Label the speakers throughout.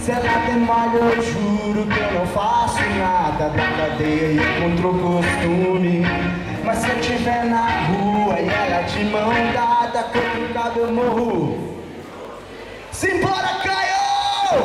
Speaker 1: Se ela tem malho, eu juro que eu não faço nada da cadeia e contra o costume. Mas se eu tiver na rua e ela de mão dada, complicado eu morro. Simbora, Caio!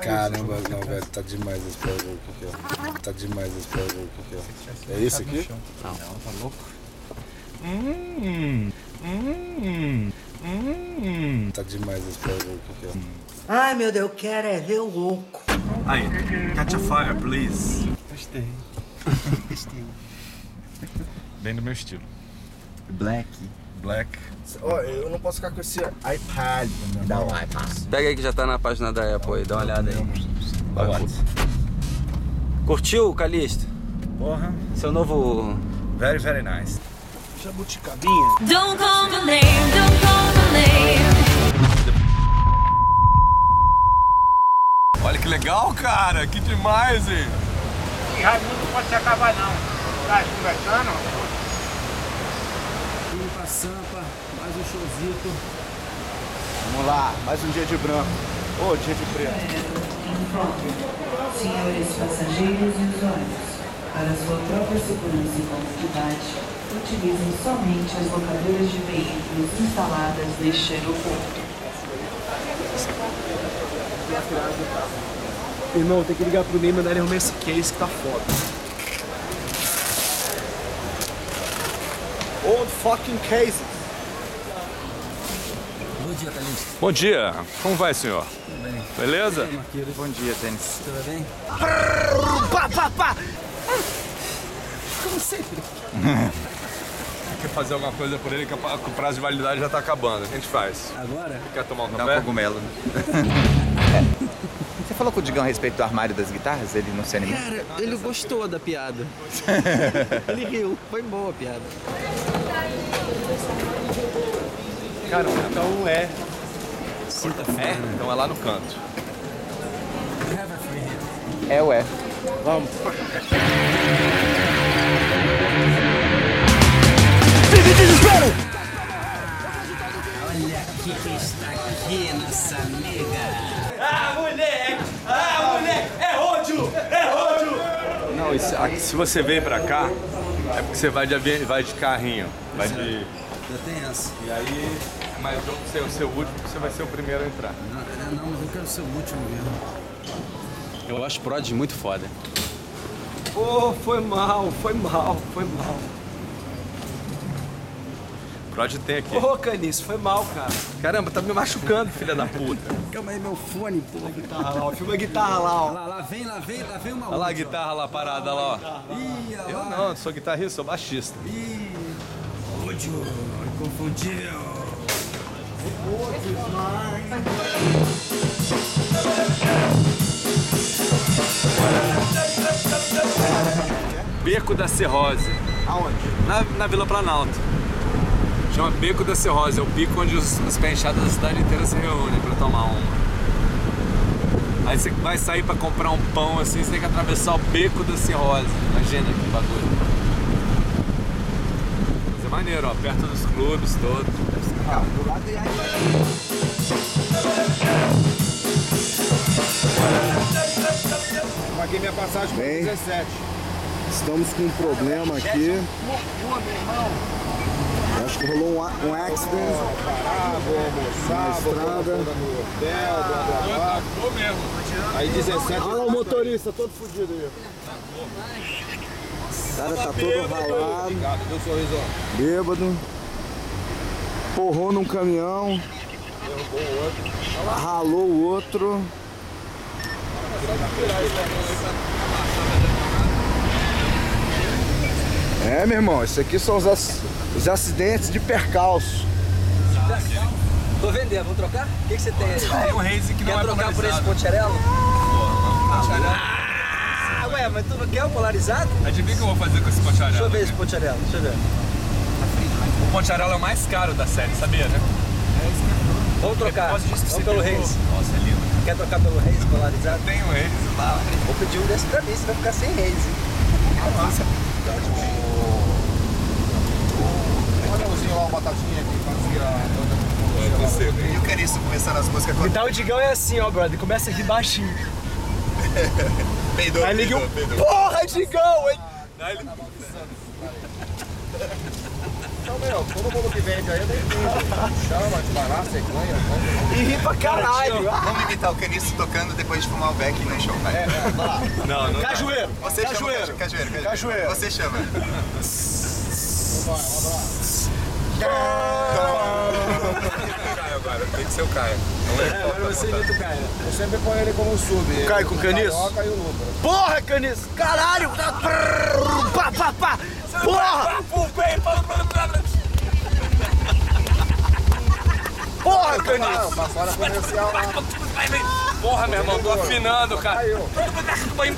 Speaker 2: Caramba, não, velho, tá demais esse bagulho aqui, ó. Tá demais esse bagulho aqui, ó. É esse aqui?
Speaker 3: Não, tá louco? Hum, hum, hum.
Speaker 2: Tá demais esse bagulho aqui,
Speaker 4: Ai, meu Deus, eu quero é ver o louco.
Speaker 5: Aí, catch a fire, please.
Speaker 3: Gostei. Gostei. Bem do meu estilo.
Speaker 6: Black.
Speaker 3: Black.
Speaker 2: ó. Ó, eu não posso ficar com esse iPad, meu
Speaker 6: Dá um
Speaker 2: irmão.
Speaker 6: iPad.
Speaker 5: Pega aí que já tá na página da Apple aí, dá uma olhada aí.
Speaker 2: What?
Speaker 5: Curtiu, Calixto?
Speaker 3: Porra.
Speaker 5: Seu novo.
Speaker 3: Very, very nice.
Speaker 2: Jabuticabinha.
Speaker 7: Don't call my name, don't call my name.
Speaker 5: Olha que legal, cara! Que demais, hein?
Speaker 8: E rádio não pode se acabar não. Tá conversando?
Speaker 1: Vamos pra Sampa, mais um showzito.
Speaker 2: Vamos lá, mais um dia de branco. Ô, dia de preto.
Speaker 9: Senhores passageiros e usuários, para sua própria segurança e comodidade, utilizem somente as locadoras de veículos instaladas neste aeroporto.
Speaker 8: Irmão, tem que ligar pro Ney e mandar ele arrumar esse case que tá foda.
Speaker 2: Old fucking case.
Speaker 6: Bom dia, Calixto.
Speaker 3: Bom dia. Como vai, senhor? Beleza?
Speaker 6: Bom dia, Tênis. Tudo bem?
Speaker 3: Quer fazer alguma coisa por ele que o prazo de validade já tá acabando. O que a gente faz?
Speaker 6: Agora?
Speaker 3: Quer tomar um
Speaker 6: Dá
Speaker 3: café?
Speaker 6: um cogumelo. Você falou com o Digão a respeito do armário das guitarras? Ele não se animou?
Speaker 8: Cara, ele gostou da piada. ele riu. Foi boa a piada.
Speaker 3: Cara, então é. É? Então é lá no canto.
Speaker 6: É, ué.
Speaker 3: Não, isso- aqui, se você vem pra cá, é porque você vai de, avião, vai de carrinho. Vai de.
Speaker 6: Eu tenho essa.
Speaker 3: E aí, mas eu vou ser o seu último, você vai ser o primeiro a entrar.
Speaker 6: Não, é, não, mas eu quero ser o último mesmo.
Speaker 5: Eu acho Prod muito foda.
Speaker 8: Pô, foi mal, foi mal, foi mal.
Speaker 3: Prod tem aqui.
Speaker 8: Ô, Canice, foi mal, cara.
Speaker 3: Caramba, tá me machucando, filha da puta.
Speaker 6: Calma aí, meu fone, pô.
Speaker 8: Guitarra lá, ó, filma a guitarra lá, ó.
Speaker 6: Lá, lá vem, lá vem, lá vem uma
Speaker 3: Olha lá a
Speaker 6: outra.
Speaker 3: guitarra lá parada, lá, ó.
Speaker 6: Ih, olha
Speaker 3: Eu
Speaker 6: lá.
Speaker 3: não, eu sou guitarrista, sou baixista.
Speaker 6: Ih, ódio. Me confundiu.
Speaker 3: Beco da Serrose. Aonde? Na, na Vila Planalto. Chama Beco da Serrose, é o pico onde os, os pé inchados da cidade inteira se reúnem pra tomar uma. Aí você vai sair pra comprar um pão assim, você tem que atravessar o Beco da Serrose. Imagina que bagulho. Mas é maneiro, ó, perto dos clubes todos.
Speaker 2: Paguei minha passagem por 17. Estamos com um problema aqui. Acho que rolou um, a- um acident. na estrada. Aí 17. Olha lá o motorista, todo fudido aí. O cara tá todo ralado. Bêbado. Porrou num caminhão. um Ralou o outro. É, meu irmão, isso aqui são os, ac- os acidentes de percalço.
Speaker 8: Vou vender, vamos trocar? O que, que você tem aí?
Speaker 3: Tem um Reise que não
Speaker 8: Quer
Speaker 3: é
Speaker 8: trocar por esse
Speaker 3: polarizado.
Speaker 8: poncherelo? Ah, ué, mas tu não quer o polarizado?
Speaker 3: Adivinha o que eu vou fazer com esse cocharelo?
Speaker 8: Deixa eu ver esse poncherelo, deixa eu ver.
Speaker 3: O Ponte Arela é o mais caro da série, sabia, né? Vamos trocar. Vamos pelo Reis.
Speaker 5: Nossa, é lindo.
Speaker 3: Quer trocar pelo Reis polarizado?
Speaker 5: Tem um Reis lá.
Speaker 3: Vou pedir um desse pra mim, você vai ficar sem Reis, hein?
Speaker 5: Ah, tá.
Speaker 2: Olha o Zinho lá, o Batatinha que fazia...
Speaker 5: Você, e o Cariço começando as músicas com
Speaker 3: Então o Digão é assim, ó, brother. Começa aqui baixinho.
Speaker 5: peidou,
Speaker 3: Aí liga um.
Speaker 5: peidou, peidou.
Speaker 3: Porra, Digão, hein?
Speaker 5: Aí ele-
Speaker 2: Então, meu, todo mundo que vende aí, tem tudo. Chama, de bará, cegonha, vamos
Speaker 3: E ri pra caralho.
Speaker 5: Vamos imitar o Caniço tocando depois de fumar o beck no show, vai. Não, não.
Speaker 3: Cajueiro.
Speaker 5: Você
Speaker 3: Cajueiro.
Speaker 5: chama. Cajueiro, cajueiro.
Speaker 2: Cajueiro.
Speaker 5: Você chama. Caio agora, tem que ser o Caio.
Speaker 3: Agora você imita o cara.
Speaker 2: Eu sempre ponho ele como sub. ele,
Speaker 3: Cai com
Speaker 2: o
Speaker 3: caniço?
Speaker 2: Carioca e o Lucas.
Speaker 3: Porra, Caniço! Caralho! Tá- prrr, Pá, pá, pá! Porra! Porra,
Speaker 2: Ah,
Speaker 3: Caniço!
Speaker 2: passou a comercial
Speaker 3: né?
Speaker 2: lá.
Speaker 3: Porra, meu irmão, tô afinando, cara.
Speaker 2: Caiu.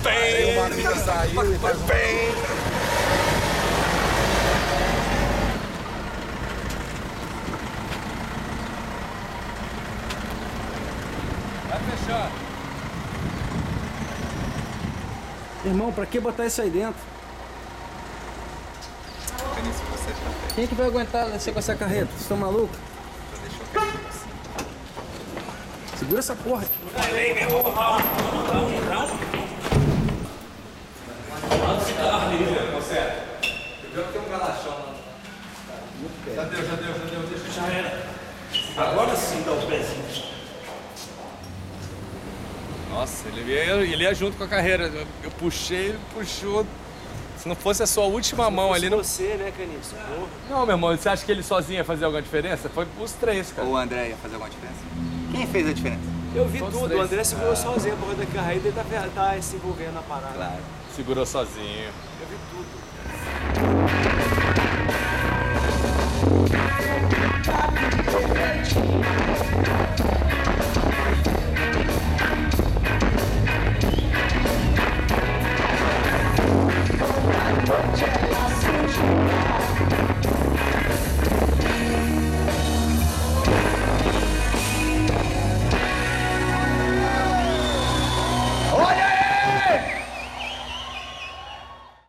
Speaker 2: Aí uma amiga saiu e
Speaker 3: então.
Speaker 2: faz um...
Speaker 3: Vai fechar.
Speaker 6: Irmão, pra que botar isso aí dentro?
Speaker 5: Caniço, você chama.
Speaker 6: Quem é que vai aguentar descer com essa carreta? Vocês estão malucos?
Speaker 5: Deixa o Caniço.
Speaker 6: Segura essa porra. aqui.
Speaker 3: Nossa, ele ia, ele ia junto com a carreira. Eu, eu puxei, ele puxou. Se não fosse a sua última mão ali... Não... você, né, Caniço? Não, meu irmão, você acha que ele sozinho ia fazer alguma diferença? Foi os três, cara.
Speaker 5: O André ia fazer alguma diferença. Quem fez a diferença?
Speaker 10: Eu vi
Speaker 3: Todos
Speaker 10: tudo,
Speaker 3: três.
Speaker 10: o André segurou sozinho a porra da carreira e tá, tá se envolvendo na parada.
Speaker 5: Claro.
Speaker 3: Segurou sozinho.
Speaker 1: Quando